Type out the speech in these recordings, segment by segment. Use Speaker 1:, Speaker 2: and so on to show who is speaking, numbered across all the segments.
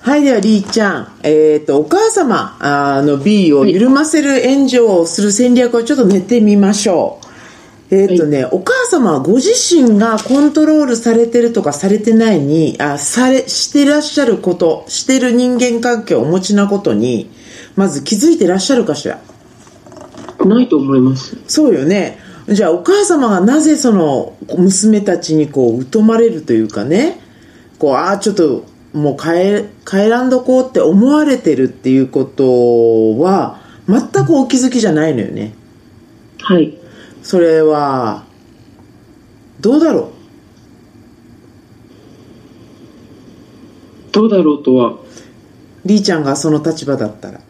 Speaker 1: はい、では、リーちゃん。えっ、と、お母様あの B を緩ませる援助をする戦略をちょっと練ってみましょう。えっ、とね、お母様はご自身がコントロールされてるとかされてないに、あ、され、してらっしゃること、してる人間関係をお持ちなことに、まず気づいてらっしゃるかしら。
Speaker 2: ないと思います。
Speaker 1: そうよね。じゃあお母様がなぜその娘たちにこう疎まれるというかね、こう、ああ、ちょっともう帰、帰らんどこうって思われてるっていうことは、全くお気づきじゃないのよね。
Speaker 2: はい。
Speaker 1: それは、どうだろ
Speaker 2: どうだろうとは、
Speaker 1: うりーちゃんがその立場だったら。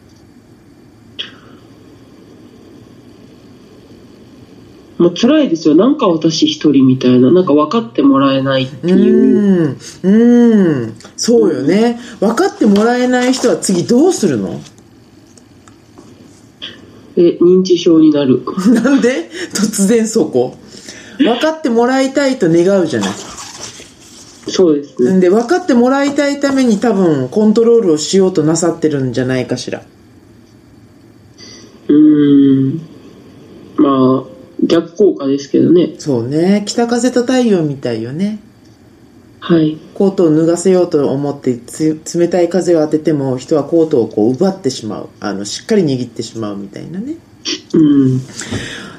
Speaker 2: もう辛いですよ。なんか私一人みたいな、なんか分かってもらえないって
Speaker 1: う
Speaker 2: いう。
Speaker 1: ん、うん、そうよね。分かってもらえない人は次どうするの
Speaker 2: え、認知症になる。
Speaker 1: なんで突然そこ。分かってもらいたいと願うじゃない。
Speaker 2: そうですね。
Speaker 1: んで分かってもらいたいために多分コントロールをしようとなさってるんじゃないかしら
Speaker 2: うーん。まあ、逆効果ですけどね。
Speaker 1: そうね北風と太陽みたいよね
Speaker 2: はい。
Speaker 1: コートを脱がせようと思ってつ冷たい風を当てても人はコートをこう奪ってしまうあのしっかり握ってしまうみたいなね
Speaker 2: うん。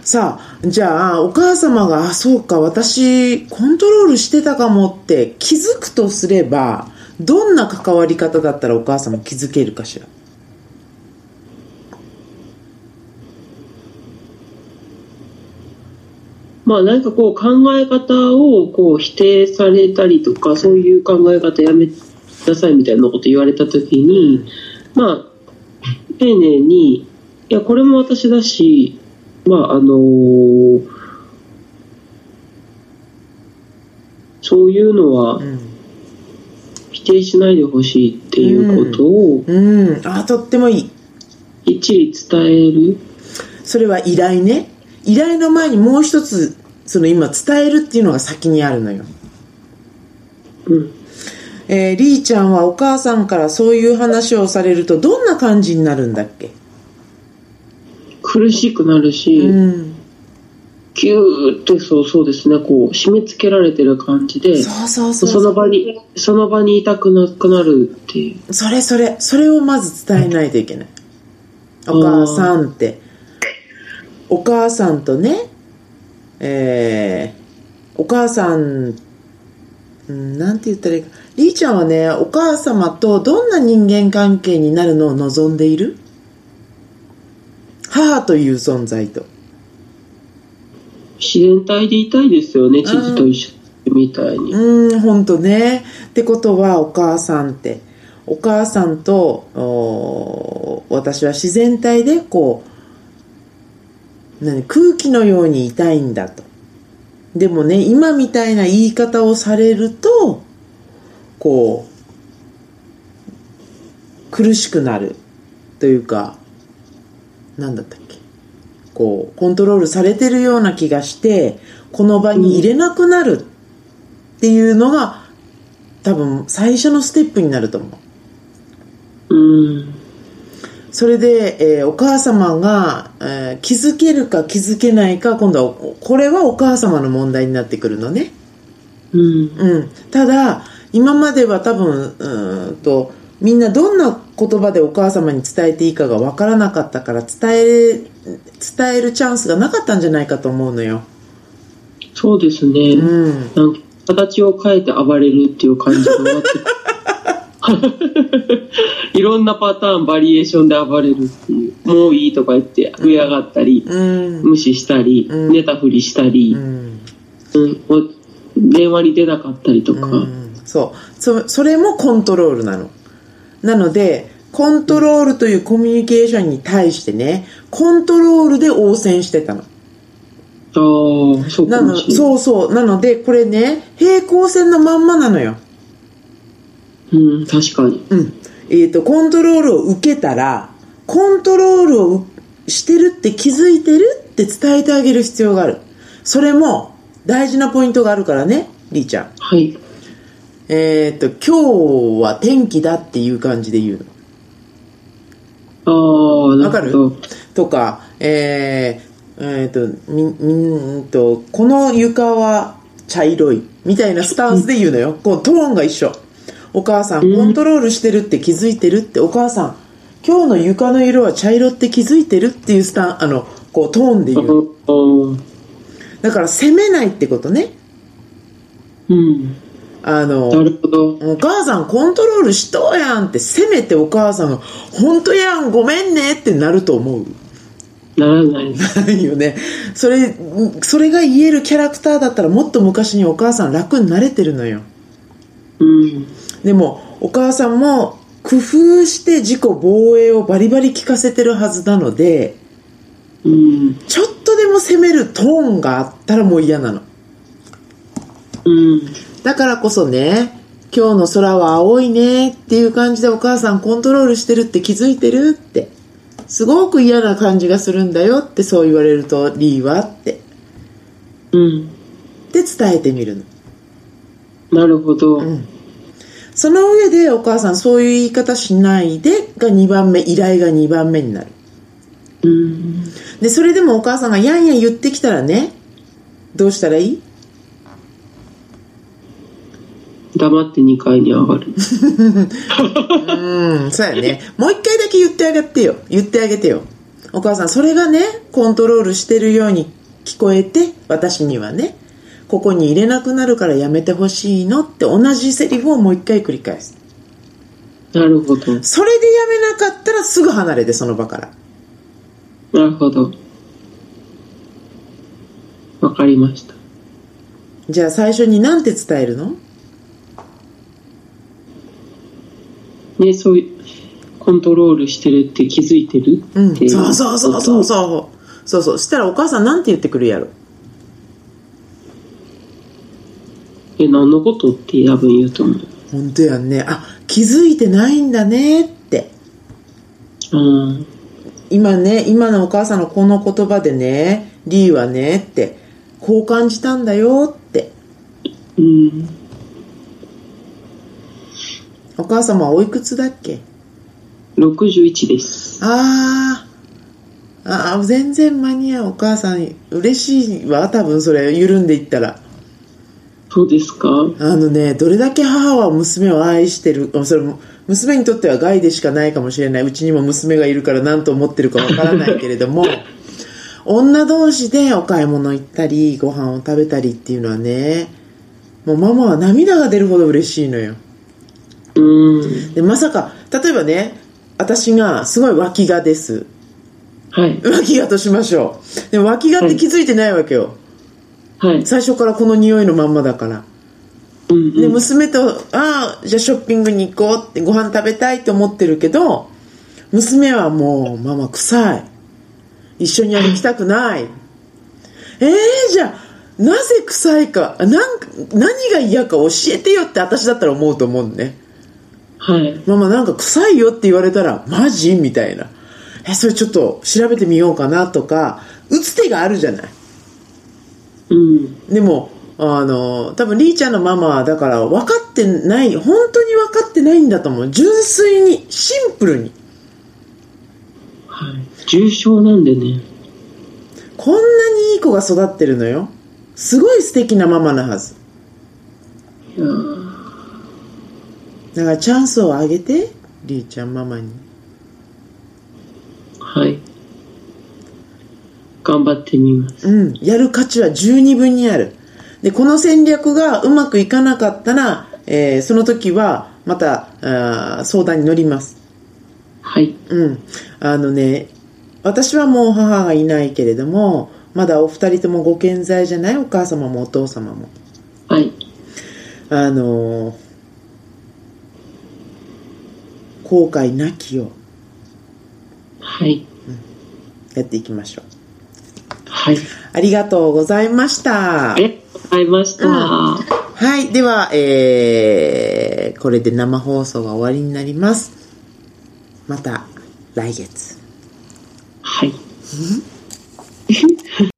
Speaker 1: さあじゃあお母様があそうか私コントロールしてたかもって気づくとすればどんな関わり方だったらお母様気づけるかしら
Speaker 2: まあなんかこう考え方をこう否定されたりとかそういう考え方やめなさいみたいなこと言われた時にまあ丁寧にいやこれも私だしまああのそういうのは
Speaker 1: うん
Speaker 2: 否定しないでほしいっていうことを
Speaker 1: うんあとってもいい
Speaker 2: きっちり伝える
Speaker 1: それは依頼ね依頼の前にもう一つその今伝えるっていうのが先にあるのよ、
Speaker 2: うん
Speaker 1: えー、りーちゃんはお母さんからそういう話をされるとどんな感じになるんだっけ
Speaker 2: 苦しくなるし、
Speaker 1: うん
Speaker 2: キューってそうそうですねこう締め付けられてる感じで。
Speaker 1: そうそう
Speaker 2: そ
Speaker 1: そうそ
Speaker 2: の場にその場にいたくなくなるっていう
Speaker 1: それそれそれをまず伝えないといけないお母さんってお母さんとねえー、お母さんうんなんて言ったらいいかりーちゃんはねお母様とどんな人間関係になるのを望んでいる母という存在と
Speaker 2: 自然体でいたいですよね知事と一緒みたいに、
Speaker 1: うーん、本当ね。ってことは、お母さんって、お母さんと、おー私は自然体で、こう、何、空気のようにいたいんだと。でもね、今みたいな言い方をされると、こう、苦しくなる。というか、なんだったっけ。こう、コントロールされてるような気がして、この場に入れなくなる。っていうのが多分最初のステップになると思う
Speaker 2: うん
Speaker 1: それで、えーお母様が、えー気づけるか気づけないか今度はおこれはお母様の問題になってくるのね
Speaker 2: うん
Speaker 1: うんただ今までは多分うーんとみんなどんな言葉でお母様に伝えていいかが分からなかったから伝え伝えるチャンスがなかったんじゃないかと思うのよ
Speaker 2: そうですね、
Speaker 1: うん
Speaker 2: なんか形を変えて暴れるっていう感じになって いろんなパターンバリエーションで暴れるっていうもういいとか言って上上がったり、
Speaker 1: うん
Speaker 2: 無視したり、
Speaker 1: うん
Speaker 2: 寝たふりしたり
Speaker 1: う、ん
Speaker 2: うんもう電話に出なかったりとか、
Speaker 1: うん、そうそそれもコントロールなのなのでコントロールというコミュニケーションに対してねコントロールで応戦してたの
Speaker 2: ああそう
Speaker 1: な
Speaker 2: か
Speaker 1: の
Speaker 2: もしれない
Speaker 1: そうそうなのでこれね平行線のまんまなのよ
Speaker 2: うん、確かに。
Speaker 1: うんえっとコントロールを受けたらコントロールをうしてるって気づいてるって伝えてあげる必要があるそれも大事なポイントがあるからねりーちゃん
Speaker 2: はい。
Speaker 1: えっ、と、今日は天気だっていう感じで言うの。
Speaker 2: ああ、
Speaker 1: わか
Speaker 2: なる
Speaker 1: る
Speaker 2: ほど。
Speaker 1: とか、えー、えーと、み、みんーと、この床は茶色い、みたいなスタンスで言うのよ。こう、トーンが一緒。お母さん、コントロールしてるって気づいてるって、お母さん、今日の床の色は茶色って気づいてるっていうスタン、あの、こう、トーンで
Speaker 2: あ
Speaker 1: 言うの。
Speaker 2: ー
Speaker 1: だから、責めないってことね。
Speaker 2: うん。
Speaker 1: あの、
Speaker 2: なるほど。
Speaker 1: お母さんコントロールしとうやんって、せめてお母さんが、本当やん、ごめんねってなると思う。
Speaker 2: ならないです。
Speaker 1: ないよね。それ、それが言えるキャラクターだったらもっと昔にお母さん楽になれてるのよ。
Speaker 2: うん。
Speaker 1: でも、お母さんも工夫して自己防衛をバリバリ効かせてるはずなので、
Speaker 2: うん。
Speaker 1: ちょっとでも責めるトーンがあったらもう嫌なの。
Speaker 2: うん。
Speaker 1: だからこそね、今日の空は青いねっていう感じでお母さんコントロールしてるって気づいてるって。すごく嫌な感じがするんだよってそう言われると、リーはって。
Speaker 2: うん。
Speaker 1: で伝えてみるの。
Speaker 2: なるほど。
Speaker 1: んその上でお母さんそういう言い方しないでが2番目、依頼が2番目になる。
Speaker 2: うん。
Speaker 1: で、それでもお母さんがやんやん言ってきたらね、どうしたらいい
Speaker 2: 黙って2階に上がる。
Speaker 1: うん、そうや ね。もう一回だけ言ってあげてよ。言ってあげてよ。お母さん、それがね、コントロールしてるように聞こえて、私にはね、ここに入れなくなるからやめてほしいのって同じセリフをもう一回繰り返す。
Speaker 2: なるほど。
Speaker 1: それでやめなかったらすぐ離れて、その場から。
Speaker 2: なるほど。わかりました。
Speaker 1: じゃあ最初に何て伝えるの
Speaker 2: ね、そういう、コントロールしてるって気づいてる
Speaker 1: うん、
Speaker 2: ってい
Speaker 1: そうそうそうそう
Speaker 2: う。
Speaker 1: そうそうそうしたらお母さんなんて言ってくるやろ
Speaker 2: え、何のことって多分言うと思う。
Speaker 1: 本当やんねあ気づいてないんだねって
Speaker 2: うん。
Speaker 1: 今ね今のお母さんのこの言葉でねリーはねってこう感じたんだよって
Speaker 2: うん。
Speaker 1: お母様はおいくつだっけ
Speaker 2: 61です。
Speaker 1: あーあー全然間に合うお母さん嬉しいわ多分それ緩んでいったら
Speaker 2: そうですか
Speaker 1: あのね、どれだけ母は娘を愛してる、それも娘にとっては害でしかないかもしれない。うちにも娘がいるから何と思ってるかわからないけれども、 女同士でお買い物行ったり、ご飯を食べたりっていうのはね、もうママは涙が出るほど嬉しいのよ。
Speaker 2: うん。
Speaker 1: で、まさか、例えばね、私がすごい脇がです。
Speaker 2: はい。
Speaker 1: 脇がとしましょう。でも脇がって気づいてないわけよ。
Speaker 2: はい。
Speaker 1: 最初からこの匂いのまんまだから。
Speaker 2: うん、
Speaker 1: で
Speaker 2: うん。
Speaker 1: 娘と「ああじゃあショッピングに行こう」ってご飯食べたいと思ってるけど娘はもう「ママ臭い」「一緒に歩きたくない」えー、じゃあなぜ臭いかあなんか何が嫌か教えてよって私だったら思うと思うんね
Speaker 2: はい。
Speaker 1: ママなんか臭いよって言われたらマジみたいなえそれちょっと調べてみようかなとか打つ手があるじゃない
Speaker 2: うん。
Speaker 1: でも、あの、多分、リーちゃんのママは、だから、分かってない、本当に分かってないんだと思う。純粋に、シンプルに。
Speaker 2: はい。重症なんでね。
Speaker 1: こんなにいい子が育ってるのよ。すごい素敵なママなはず。
Speaker 2: いやー
Speaker 1: だから、チャンスをあげて、リーちゃんママに。
Speaker 2: はい。頑張ってみます。
Speaker 1: うん。やる価値は十二分にある。で、この戦略がうまくいかなかったら、えーその時は、また、あー相談に乗ります。
Speaker 2: はい。
Speaker 1: うん。あのね、私はもう母がいないけれども、まだお二人ともご健在じゃないお母様もお父様も。
Speaker 2: はい。
Speaker 1: あのー後悔なきよ
Speaker 2: はい。
Speaker 1: うやっていきましょう。
Speaker 2: はい。
Speaker 1: ありがとうございました
Speaker 2: あ。りがとうございました。
Speaker 1: うん
Speaker 2: は
Speaker 1: はい。では、えー、これで生放送が終わりになります。また来月。
Speaker 2: い。